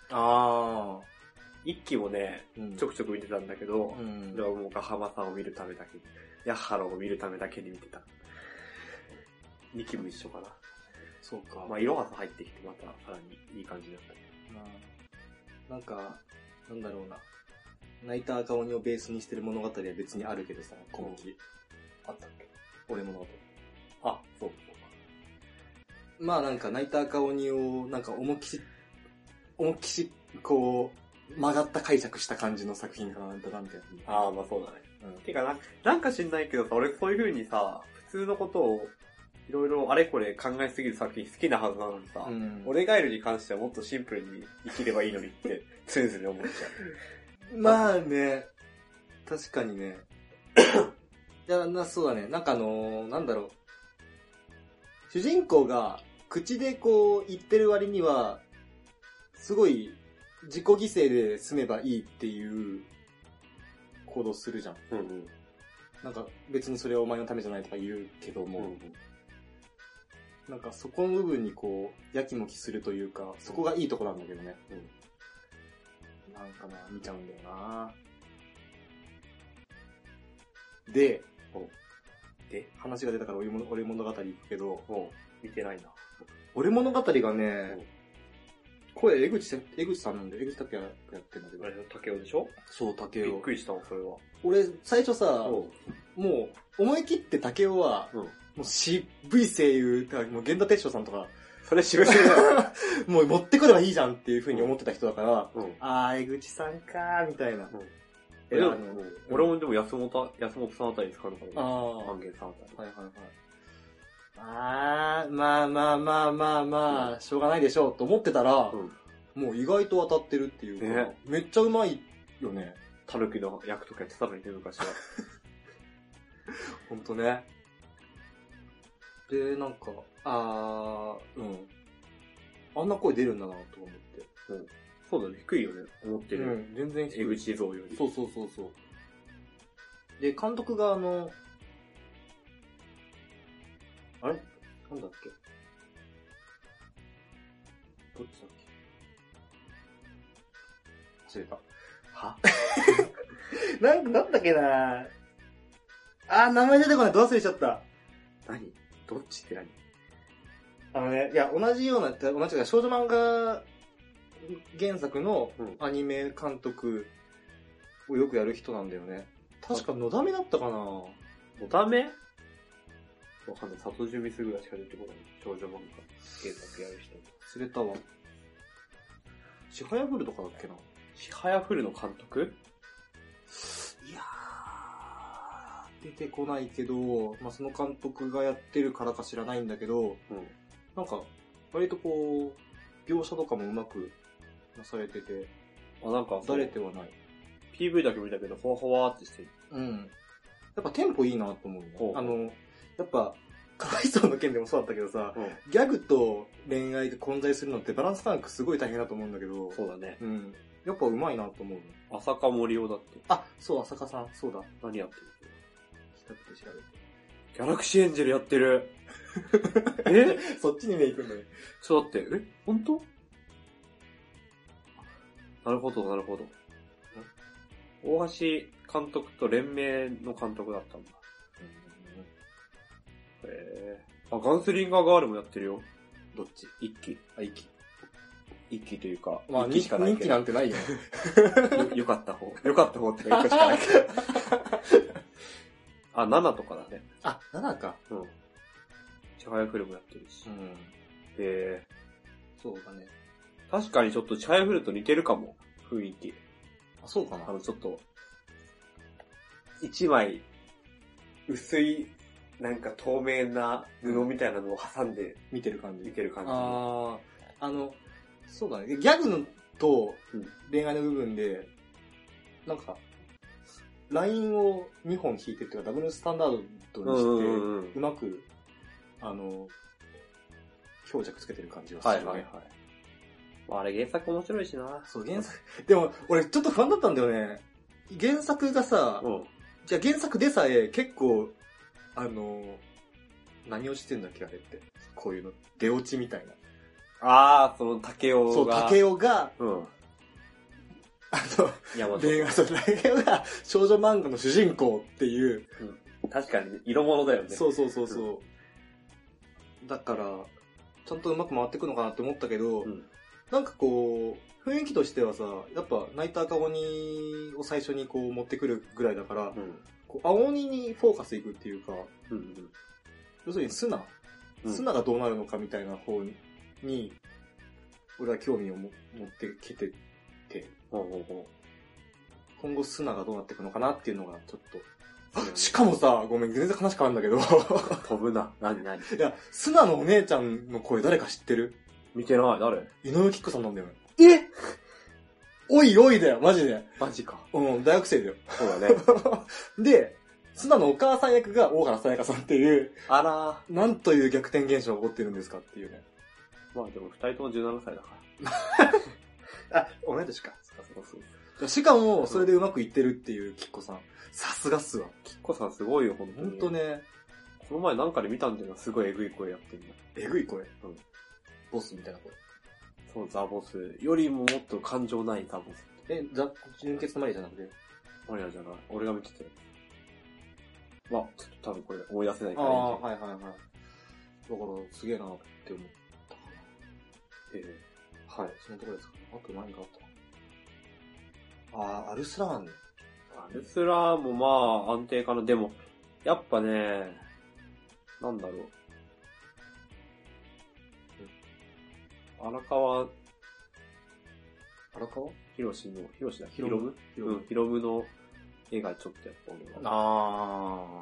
Speaker 3: ああ。
Speaker 4: 一期もね、
Speaker 3: うん
Speaker 4: ちょくちょく見てたんだけど
Speaker 3: う、ん
Speaker 4: 俺。はもうガハマさんを見るためだけに、ヤッハロを見るためだけに見てた。二期も一緒かな。
Speaker 3: そうか。
Speaker 4: まあ、イロハス入ってきてまたさらにいい感じだったね。
Speaker 3: うんなんか、なんだろうな。泣いた赤鬼をベースにしてる物語は別にあるけどさ、今期。あったっけ俺物語。
Speaker 4: あ、そうか
Speaker 3: まあなんか泣いた赤鬼を、なんか思いっきし、思いっきし、こう、曲がった解釈した感じの作品かな、だな、みたい
Speaker 4: そう
Speaker 3: な。
Speaker 4: か。ああ、まあそうだね。
Speaker 3: うん
Speaker 4: てかな、なんか知んないけどさ、俺そういう風にさ、普通のことを、いろいろあれこれ考えすぎる作品好きなはずなのにさ、
Speaker 3: うん
Speaker 4: 俺ガエルに関してはもっとシンプルに生きればいいのにって、常々思っちゃ
Speaker 3: まあね、確かにね。 いや、な、そうだね。なんかあのーなんだろう。主人公が口でこう言ってる割には、すごい自己犠牲で済めばいいっていう行動するじゃん。
Speaker 4: う。うんうん。
Speaker 3: なんか別にそれはお前のためじゃないとか言うけども、
Speaker 4: うんうん
Speaker 3: なんかそこの部分にこう、やきもきするというか、そこがいいとこなんだけどね。なんかな、見ちゃうんだよなで、
Speaker 4: で、
Speaker 3: 話が出たから俺も俺物語行くけど、
Speaker 4: もう、見てないな。
Speaker 3: 俺物語がね、声江口せ、江口さんなんで、江口竹也がやってんだけど
Speaker 4: あ。れ、竹雄でしょ
Speaker 3: そう、竹
Speaker 4: び
Speaker 3: 雄
Speaker 4: っくりしたわ、それは。
Speaker 3: 俺、最初さ、
Speaker 4: うん
Speaker 3: もう、思い切って竹雄は、
Speaker 4: うん
Speaker 3: もう渋い声優、だからもう源田鉄章さんとか、
Speaker 4: それ渋々だよ。
Speaker 3: もう持ってくればいいじゃんっていう風に思ってた人だから、
Speaker 4: うん。
Speaker 3: あー、江口さんかー、みたいな。
Speaker 4: え、
Speaker 3: え
Speaker 4: で
Speaker 3: あ
Speaker 4: も
Speaker 3: の、
Speaker 4: 俺もでも安本、安本さんあたり使うのか
Speaker 3: あ
Speaker 4: な。
Speaker 3: あ
Speaker 4: 半減さんあたり。
Speaker 3: はいはいはい。あー、まあまあまあまあまあ、しょうがないでしょうと思ってたら、
Speaker 4: うん。
Speaker 3: もう意外と当たってるっていうか、
Speaker 4: ね
Speaker 3: めっちゃうまいよね。
Speaker 4: タヌキの役とかやってたのにね、昔は。
Speaker 3: ほんとね。で、なんか、あー、うん。あんな声出るんだなと思って。
Speaker 4: そうだね、低いよね、思って
Speaker 3: う
Speaker 4: る。
Speaker 3: ん、全然低
Speaker 4: 江
Speaker 3: い
Speaker 4: 口像より。
Speaker 3: そうそうそうそう。で、監督があの、あれなんだっけどっちだっけ忘れた。
Speaker 4: は
Speaker 3: なん、なんだっけなあー、名前出てこない。ど忘れしちゃった。
Speaker 4: 何どっちって何
Speaker 3: あのね、いや、同じような、同じような少女漫画原作の
Speaker 4: うん
Speaker 3: アニメ監督をよくやる人なんだよね。確か、のだめだったかな
Speaker 4: おためわかんない。里中ミスぐらいしか出てこない。少女漫画。原作やる人。
Speaker 3: 忘れたわ。ちはやふるとかだっけな
Speaker 4: ちはやふるの監督
Speaker 3: いやー、出てこないけど、まあ、その監督がやってるからか知らないんだけど、
Speaker 4: うん。
Speaker 3: なんか、割とこう、描写とかもうまくなされてて、
Speaker 4: あ、なんか、
Speaker 3: だれてはない。
Speaker 4: PV だけ見たけど、ほわほわってしてる。
Speaker 3: うん。やっぱテンポいいなと思うね
Speaker 4: ほ。う
Speaker 3: あの、やっぱ、かわいそうの件でもそうだったけどさ、
Speaker 4: うん。
Speaker 3: ギャグと恋愛が混在するのってバランス感覚すごい大変だと思うんだけど、
Speaker 4: そうだね。
Speaker 3: うん。やっぱうまいなと思うね。
Speaker 4: 浅香森夫だって。
Speaker 3: あ、そう、浅香さん、そうだ。
Speaker 4: 何やってる
Speaker 3: 調べて調べ
Speaker 4: ギャラクシーエンジェルやって る。え
Speaker 3: て。 そっちに目行くんだね。
Speaker 4: ちょっと待って、え本当なるほど、なるほど。大橋監督と連名の監督だったんだ。へえ。あ、ガンスリンガーガールもやってるよ。
Speaker 3: どっち
Speaker 4: 一期。
Speaker 3: あ、いき。
Speaker 4: 一期というか、
Speaker 3: まあ、
Speaker 4: 一
Speaker 3: 2
Speaker 4: 期
Speaker 3: 期
Speaker 4: しかないけど。
Speaker 3: なんてないよ。
Speaker 4: よよかった方。よかった方っていうか、一個しかないけど。あ、7とかだね。
Speaker 3: あ、7か。
Speaker 4: うん。ちはやふるもやってるし。
Speaker 3: ん。
Speaker 4: で、
Speaker 3: そうだね。
Speaker 4: 確かにちょっとちはやふると似てるかも。雰囲気。
Speaker 3: あ、そうかな
Speaker 4: あ。の、ちょっと、一枚、薄い、なんか透明な布みたいなのを挟んで
Speaker 3: 見てる感
Speaker 4: 見
Speaker 3: じ。
Speaker 4: てる感じ。
Speaker 3: ああ、あの、そうだね。ギャグのと
Speaker 4: うん
Speaker 3: 恋愛の部分で、なんか、ラインを2本引いてっていうか、ダブルスタンダード
Speaker 4: うんう
Speaker 3: にして、
Speaker 4: んうん
Speaker 3: うまく、あの、強弱つけてる感じがす
Speaker 4: は
Speaker 3: るよ
Speaker 4: い
Speaker 3: ね。
Speaker 4: はいはい。まああれ原作面白いしな。
Speaker 3: そう、原作。でも、俺ちょっと不安だったんだよね。原作がさ、
Speaker 4: うん。
Speaker 3: じゃあ原作でさえ結構、あの、何をしてんだっけあれって。こういうの、出落ちみたいな。
Speaker 4: ああ、その竹雄が。
Speaker 3: そう、竹雄が、
Speaker 4: うん。
Speaker 3: あの、
Speaker 4: 山
Speaker 3: 恋愛、そう、竹雄が少女漫画の主人公っていう、
Speaker 4: 確かに色物だよね。
Speaker 3: そうそうそうそう。だから、ちゃんとうまく回ってくのかなって思ったけど、
Speaker 4: うん
Speaker 3: なんかこう、雰囲気としてはさ、やっぱ泣いた赤鬼を最初にこう持ってくるぐらいだから、
Speaker 4: うん。
Speaker 3: こう青鬼にフォーカスいくっていうか、
Speaker 4: うん。
Speaker 3: 要するに素直
Speaker 4: うん。
Speaker 3: 素直がどうなるのかみたいな方に、俺は興味をも持ってきてて、
Speaker 4: ほうほうほ
Speaker 3: 今後素直がどうなっていくのかなっていうのがちょっと。
Speaker 4: う
Speaker 3: あしかもさ、ごめん、全然話変わるんだけど、
Speaker 4: う。飛ぶな。なになに
Speaker 3: いや、素直のお姉ちゃんの声誰か知ってる
Speaker 4: 見てない、誰
Speaker 3: 井上貴子さんなんだよね。えおいおいだよ、マジで。
Speaker 4: マジか。
Speaker 3: うん、大学生だよ。
Speaker 4: そうだね。
Speaker 3: で、須田のお母さん役が大原さやかさんっていう、
Speaker 4: あらー。
Speaker 3: なんという逆転現象が起こってるんですかっていうね。
Speaker 4: まあでも二人とも17歳だから。
Speaker 3: あ、同い年か。
Speaker 4: そうそう。
Speaker 3: しかも、それでうまくいってるっていうきっこさん。さすがっすわ。
Speaker 4: キッコさんすごいよ、ほんと
Speaker 3: ほん
Speaker 4: に。
Speaker 3: とね、
Speaker 4: この前なんかで見たんだよな、すごいエグい声やってるの。
Speaker 3: えぐい声。
Speaker 4: ん
Speaker 3: ボスみたいな声。
Speaker 4: そう、ザボス。よりももっと感情ないザボス。
Speaker 3: え、ザ、純潔のマリアじゃなくて。
Speaker 4: マリアじゃない。俺が見てたよ。まあ、ちょっと多分これ思い出せない
Speaker 3: あ
Speaker 4: から。
Speaker 3: あ、はいはいはい。だから、すげえなって思ったか
Speaker 4: え
Speaker 3: な。はい、そのところですかね。あと何かあったああー、アルスラーンね。
Speaker 4: ーアルスラーもまあ安定かな。でも、やっぱね、なんだろう。荒川
Speaker 3: 荒川
Speaker 4: 博士の、博士だ、
Speaker 3: ヒロ
Speaker 4: 博
Speaker 3: ム
Speaker 4: 文うん、博文の絵がちょっとやっぱ俺は。
Speaker 3: あ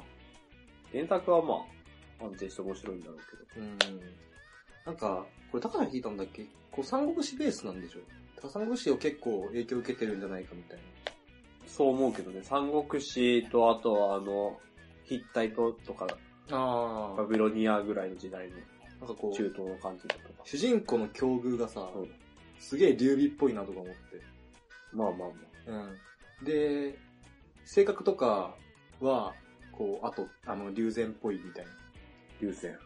Speaker 4: 原作はまあ、安定して面白いんだろうけど。
Speaker 3: あ。うん。なんか、これだから聞いたんだっけこう、三国志ベースなんでしょだから三国志を結構影響受けてるんじゃないかみたいな。
Speaker 4: そう思うけどね、三国志と、あとはあの、ヒッタイトとか、
Speaker 3: あ
Speaker 4: バビロニアぐらいの時代
Speaker 3: なんか
Speaker 4: の
Speaker 3: こ
Speaker 4: 中
Speaker 3: う、
Speaker 4: 東の感じだとか。
Speaker 3: 主人公の境遇がさ、
Speaker 4: うん
Speaker 3: すげえ劉備っぽいなとか思って。
Speaker 4: まあまあまあ。
Speaker 3: うん。で、性格とかは、こう、あと、あの、竜禅っぽいみたいな。
Speaker 4: 流線。、
Speaker 3: っ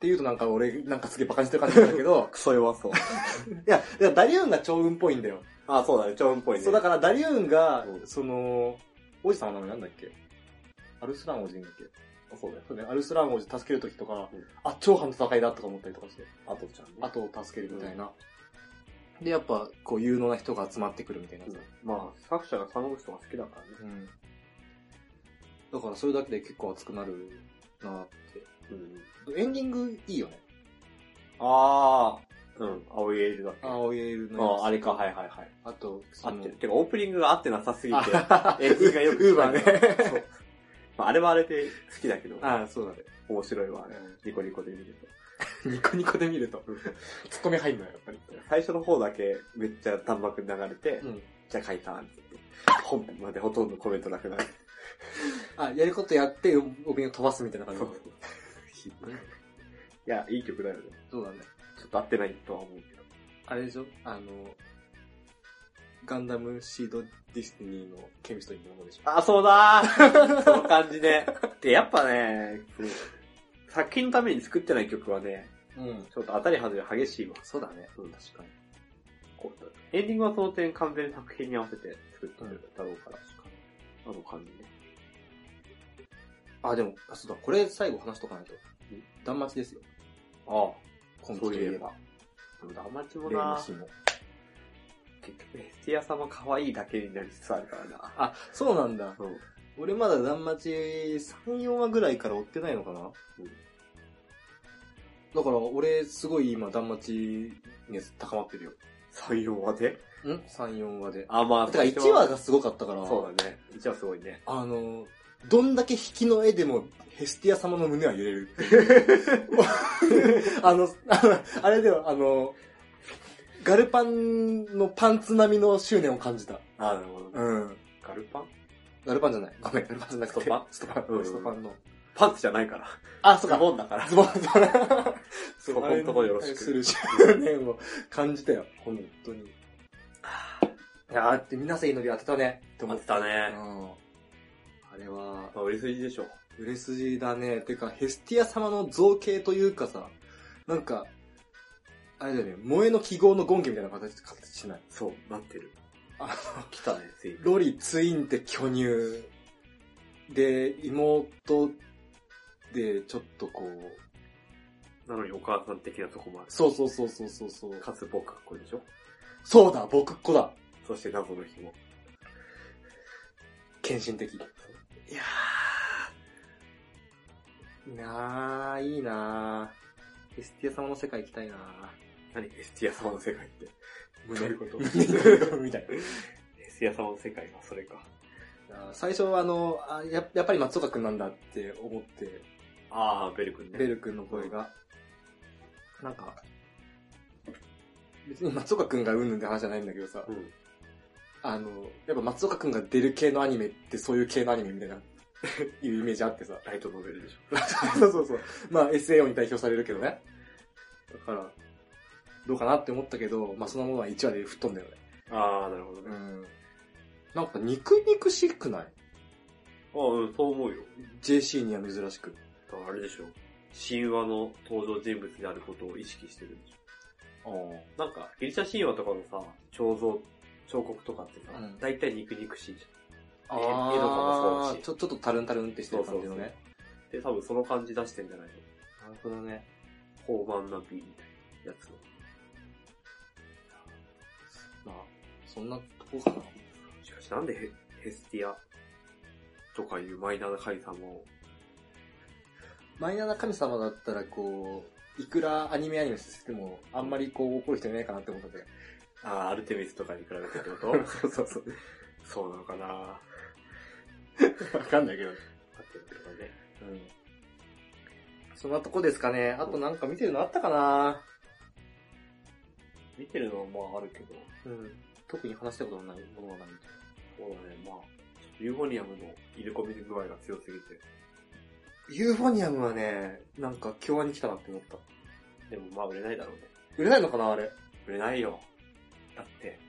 Speaker 3: ていうとなんか俺、なんかすげえバカにしてる感じなんだけど
Speaker 4: クソ弱そう。
Speaker 3: いや、いやダリウンが長雲っぽいんだよ。
Speaker 4: あ、そうだね、超音っぽいね。
Speaker 3: そう、だからダリウンが
Speaker 4: う、ん
Speaker 3: その、王子様の名前なんだっけアルスラン王子なんだっけあそうだよ。そうね、アルスラン王子助けるときとか、
Speaker 4: うん
Speaker 3: あ、長藩の戦いだとか思ったりとかして、
Speaker 4: あとちゃんね。
Speaker 3: 後を助けるみたいな。で、やっぱ、こう、有能な人が集まってくるみたいな
Speaker 4: う
Speaker 3: さ
Speaker 4: ん。まあ、作者が三国志とか好きだからね。
Speaker 3: うん。だからそれだけで結構熱くなるなーって。
Speaker 4: うん。
Speaker 3: エンディングいいよね。
Speaker 4: あー、うん、青いエールだっけ。
Speaker 3: 青いエールのやつ
Speaker 4: ああれか、はいはいはい。
Speaker 3: あと、
Speaker 4: 合
Speaker 3: その
Speaker 4: ってる。てか、オープニングが合ってなさすぎて、
Speaker 3: あ
Speaker 4: エンディングがよく
Speaker 3: ウ
Speaker 4: 聞
Speaker 3: ー
Speaker 4: か
Speaker 3: バ
Speaker 4: ない
Speaker 3: ーね。
Speaker 4: そう まああれはあれで好きだけど、
Speaker 3: ああ、そうだね。
Speaker 4: 面白いわ、あれ。
Speaker 3: うん
Speaker 4: ニコニコで見ると。
Speaker 1: ニコニコで見ると、ツッコミ入んのよ、やっぱり。
Speaker 4: 最初の方だけめっちゃ短幕流れて、
Speaker 3: うん。
Speaker 4: じゃあ書いたって言って、本編までほとんどコメントなくなる。
Speaker 3: あ、やることやって、お瓶を飛ばすみたいな感じ
Speaker 4: そう。いや、いい曲だよね。
Speaker 3: そうだね。
Speaker 4: ちょっと合ってないとは思うけど。
Speaker 3: あれでしょあの、ガンダムシードディスティニーのケミストリーのものでしょ
Speaker 4: あ、そうだーその感じね。で、やっぱね、そう作品のために作ってない曲はね、
Speaker 3: うん。
Speaker 4: ちょっと当たり外れ激しいわ。
Speaker 3: そうだね。
Speaker 4: うん
Speaker 3: 確かに。
Speaker 4: こうエンディングはその点完全に作品に合わせて作ってるだろうから、あの感じね。
Speaker 3: あ、でも、あ、そうだ、これ最後話しとかないと
Speaker 4: うん。
Speaker 3: 断末ですよ。
Speaker 4: ああ、
Speaker 3: 今期といえば。
Speaker 4: ダマチも
Speaker 3: 例の
Speaker 4: な
Speaker 3: 日も。
Speaker 4: 結局、ヘスティア様可愛いだけになりつつあるからな。
Speaker 3: あ、そうなんだ。
Speaker 4: うん。
Speaker 3: 俺まだ断末3、4話ぐらいから追ってないのかな、
Speaker 4: うん
Speaker 3: だから俺すごい今断末熱高まってるよ。
Speaker 4: 3、4話で
Speaker 3: ん ?3、4話で。
Speaker 4: あ、まあ、
Speaker 3: てか1話がすごかったから、
Speaker 4: そうだね。一話すごいね。
Speaker 3: あの、どんだけ引きの絵でもヘスティア様の胸は揺れるっていう。 あの、あのあれではあの、ガルパンのパンツ並みの執念を感じた。
Speaker 4: あ、なるほどね。
Speaker 3: うん。
Speaker 4: ガルパン
Speaker 3: ガルパンじゃない。ごめん、ガルパンじゃなくて。
Speaker 4: ストパン
Speaker 3: ストパン。
Speaker 4: うん
Speaker 3: ストパンの。
Speaker 4: パンツじゃないから。
Speaker 3: あ、そう
Speaker 4: ズ
Speaker 3: か。
Speaker 4: ボンだから。
Speaker 3: ズボン、ズボン。
Speaker 4: そこんとこよろし
Speaker 3: す
Speaker 4: く。
Speaker 3: る 執念を感じたよ、本当に。いやーって、みなせいのり当てたね。って思
Speaker 4: 当てたね
Speaker 3: うん。あれは、
Speaker 4: まあ、売り筋でしょ。
Speaker 3: 売れ筋だね。てか、ヘスティア様の造形というかさ、なんか、あれだよね、萌えの記号のゴンゲみたいな形、形しない。
Speaker 4: そう、なってる。
Speaker 3: あ
Speaker 4: 来たね、ついに。
Speaker 3: ロリ、ツインで巨乳。で、妹で、ちょっとこう、
Speaker 4: なのにお母さん的なとこもある。
Speaker 3: そうそうそうそうそうそう。
Speaker 4: かつ僕はこれでしょ。
Speaker 3: そうだ、僕っ子だ。
Speaker 4: そして謎の紐。
Speaker 3: 献身的。
Speaker 4: いや
Speaker 3: なあ、いいなあ。エスティア様の世界行きたいなあ。
Speaker 4: ー。何エスティア様の世界って。どういう こと
Speaker 3: みたい
Speaker 4: エスティア様の世界はそれか。
Speaker 3: な。最初はあの、あややっぱり松岡くんなんだって思って、
Speaker 4: あー、ベル君ね。
Speaker 3: ベルくんの声が。なんか、別に松岡くんがうんぬんって話じゃないんだけどさ
Speaker 4: う、ん。
Speaker 3: あの、やっぱ松岡くんが出る系のアニメってそういう系のアニメみたいな、 いうイメージあってさ。
Speaker 4: ライトノベルでしょ。
Speaker 3: そうそうそう。まあ SAO に代表されるけどね。だから、どうかなって思ったけど、まあそのものは1話で吹っ飛んだよね。
Speaker 4: あー、なるほど
Speaker 3: う
Speaker 4: ね。
Speaker 3: ん。なんか肉肉しくない
Speaker 4: あー、うん、そう思うよ。
Speaker 3: ?JC には珍しく。
Speaker 4: だからあれでしょ。神話の登場人物であることを意識してるんでしょ。
Speaker 3: あ
Speaker 4: なんか、ギリシャ神話とかのさ、彫像、彫刻とかってさ
Speaker 3: うん、
Speaker 4: 大体肉肉しいじ
Speaker 3: あ
Speaker 4: 絵の方もそうだし
Speaker 3: ちょ、ちょっとタルンタルンってしてる感じのね。
Speaker 4: ゃん。で、多分その感じ出してんじゃないの
Speaker 3: なるほどね。
Speaker 4: 豊満な美みたいなやつを。
Speaker 3: まあ、そんなとこかな。
Speaker 4: しかしなんでヘヘスティアとかいうマイナーな神様を、
Speaker 3: マイナーな神様だったら、こう、いくらアニメアニメしてても、あんまりこう怒る人いないかなって思ったんだけど。
Speaker 4: あーアルテミスとかに比べてって こと
Speaker 3: そうそうそう。
Speaker 4: そうなのかなわ
Speaker 3: わかんないけど。
Speaker 4: かってるけどね。
Speaker 3: うん。そんなとこですかね。あとなんか見てるのあったかな
Speaker 4: 見てるのはまああるけど、
Speaker 3: うん。特に話したことのないものはないみたいな。
Speaker 4: そうだね、まあ、ちょっとユーフォニアムの入れ込み具合が強すぎて、
Speaker 3: ユーフォニアムはね、なんか共和に来たなって思った。
Speaker 4: でもまあ売れないだろうね。
Speaker 3: 売れないのかなあれ。
Speaker 4: 売れないよ。だって、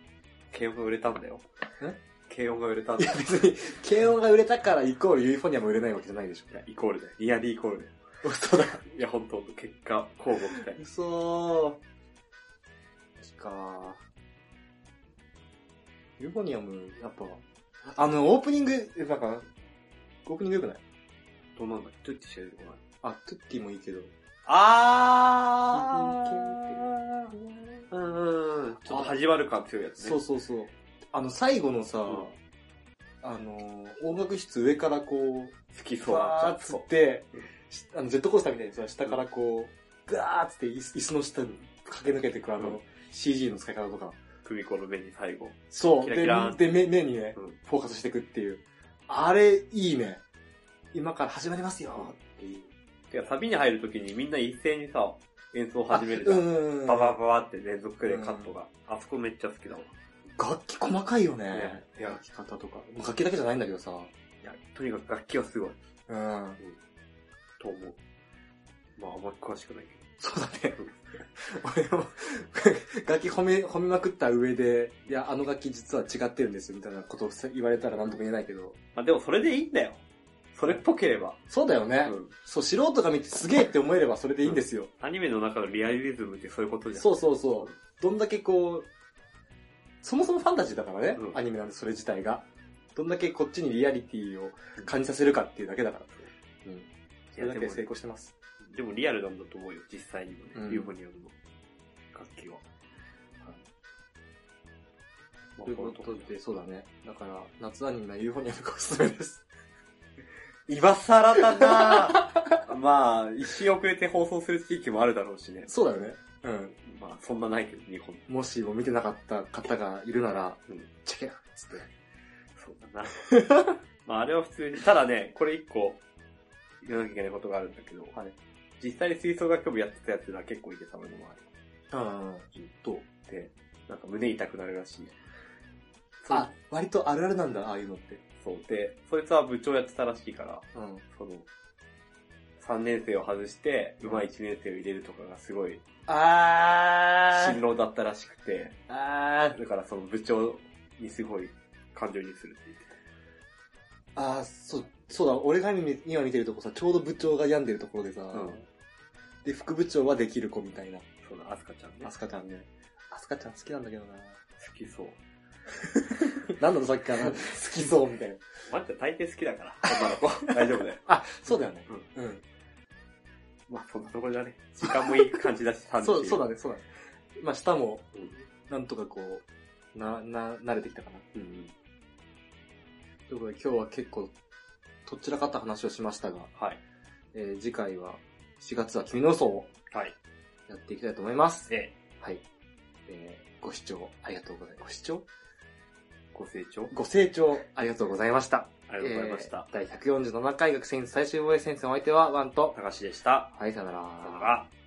Speaker 4: 軽音が売れたんだよ。
Speaker 3: え
Speaker 4: 軽音が売れたんだよ。
Speaker 3: 別に、軽音が売れたからイコールユーフォニアム売れないわけじゃないでしょ、ね。
Speaker 4: イコールで。リアリーイコールで。
Speaker 3: 嘘だ。
Speaker 4: いや、本当結果、交互みたい。
Speaker 3: 嘘ー。かユーフォニアム、やっぱ、あの、オープニング、なんか、オープニング良くない
Speaker 4: どうなんだどうやってしか出てこない。
Speaker 3: あ、トゥッティもいいけど。
Speaker 4: あーうんうんうん。ちょっと始まる感強いやつね。
Speaker 3: そうそうそう。あの、最後のさ、
Speaker 4: うん
Speaker 3: あの、音楽室上からこう、
Speaker 4: 好き
Speaker 3: ふ
Speaker 4: そう
Speaker 3: わー
Speaker 4: な
Speaker 3: っつって、しあのジェットコースターみたいにさ、下からこう、ガーっつって椅子椅子の下に駆け抜けてくあの、
Speaker 4: うん
Speaker 3: CG の使い方とか。
Speaker 4: 組子の目に最後。
Speaker 3: そう。
Speaker 4: キラキラーン
Speaker 3: で、で目目にね、
Speaker 4: うん
Speaker 3: フォーカスしてくっていう。あれ、いいね。今から始まりますよっていう。
Speaker 4: てか、サビに入るときにみんな一斉にさ、演奏を始めるじ
Speaker 3: う
Speaker 4: ゃん。
Speaker 3: ーん。
Speaker 4: ババババって連続でカットが。あそこめっちゃ好きだもん。
Speaker 3: 楽器細かいよね
Speaker 4: ね。いや
Speaker 3: 楽器方とか。楽器だけじゃないんだけどさ。
Speaker 4: いや、とにかく楽器はすごい。
Speaker 3: うん。
Speaker 4: と思う。まあ、あんまり詳しくないけ
Speaker 3: そうだ ね。俺も、楽器褒め、褒めまくった上で、いや、あの楽器実は違ってるんですよ、みたいなことをさ言われたらなんとも言えないけど。
Speaker 4: ど。あ、でもそれでいいんだよ。それっぽければ。
Speaker 3: そうだよね。
Speaker 4: うん
Speaker 3: そう、素人が見てすげえって思えればそれでいいんですよ。
Speaker 4: アニメの中のリアリズムってそういうことじゃん。
Speaker 3: そうそうそう。どんだけこう、そもそもファンタジーだからね、
Speaker 4: うん
Speaker 3: アニメなんでそれ自体が。どんだけこっちにリアリティを感じさせるかっていうだけだから。うん。それだけで成功してます。
Speaker 4: でもリアルなんだと思うよ、実際にもね。
Speaker 3: うん
Speaker 4: ユーフォニアムの楽器は。まあ
Speaker 3: ということで、そうだね。だから、夏アニメはユーフォニアムがおすすめです。
Speaker 4: 今更だな まあ、一周遅れて放送する地域もあるだろうしね。
Speaker 3: そうだよね。うん。
Speaker 4: まあ、そんなないけど、日本。
Speaker 3: もしも見てなかった方がいるなら、
Speaker 4: うん
Speaker 3: チェケラつって。
Speaker 4: そうだ な。まあ、あれは普通に。ただね、これ一個、言わなきゃいけないことがあるんだけど、
Speaker 3: はい
Speaker 4: 実際に吹奏楽部やってたやつら結構いてたものもあ
Speaker 3: うん。どう
Speaker 4: る。で、なんか胸痛くなるらしい。そう
Speaker 3: あ、割とあるあるなんだ、ああいうのって。
Speaker 4: そう。で、そいつは部長やってたらしいから、
Speaker 3: うん。
Speaker 4: その、3年生を外して、うまい1年生を入れるとかがすごい、
Speaker 3: あ
Speaker 4: 辛労だったらしくて、
Speaker 3: あー
Speaker 4: だからその部長にすごい感情にするって言って
Speaker 3: あー、そう、そうだ、俺が今見てるとこさ、ちょうど部長が病んでるところでさ、
Speaker 4: た。うん。
Speaker 3: で、副部長はできる子みたいな。
Speaker 4: そうだ、アスカちゃんね。
Speaker 3: アスカちゃんね。アスカちゃん好きなんだけどな。
Speaker 4: 好きそう。
Speaker 3: なんだろ、さっきから。好きそう、みたいな。
Speaker 4: マッちゃん大抵好きだから、女の 子。大丈夫だよ。
Speaker 3: あ、そうだよね。うん。
Speaker 4: まあそんなところだね。時間もいい感じだし、
Speaker 3: そう、そう
Speaker 4: だ。
Speaker 3: だね、そうだね。まあ、下も、
Speaker 4: うん
Speaker 3: なんとかこう、な、な、慣れてきたかな。
Speaker 4: うん。
Speaker 3: ということで、今日は結構、とっちらかった話をしましたが、
Speaker 4: はい。
Speaker 3: えー次回は、4月は君の嘘を
Speaker 4: はい。
Speaker 3: やっていきたいと思います。
Speaker 4: で、
Speaker 3: はい。えーご視聴ありがとうございます。ご視聴
Speaker 4: ご清聴
Speaker 3: ご清聴ありがとうございました。
Speaker 4: ありがとうございました。
Speaker 3: えー第147回学生最終防衛戦線お相手は、ワンと、
Speaker 4: 高橋でした。
Speaker 3: はい、さよなら
Speaker 4: さよなら。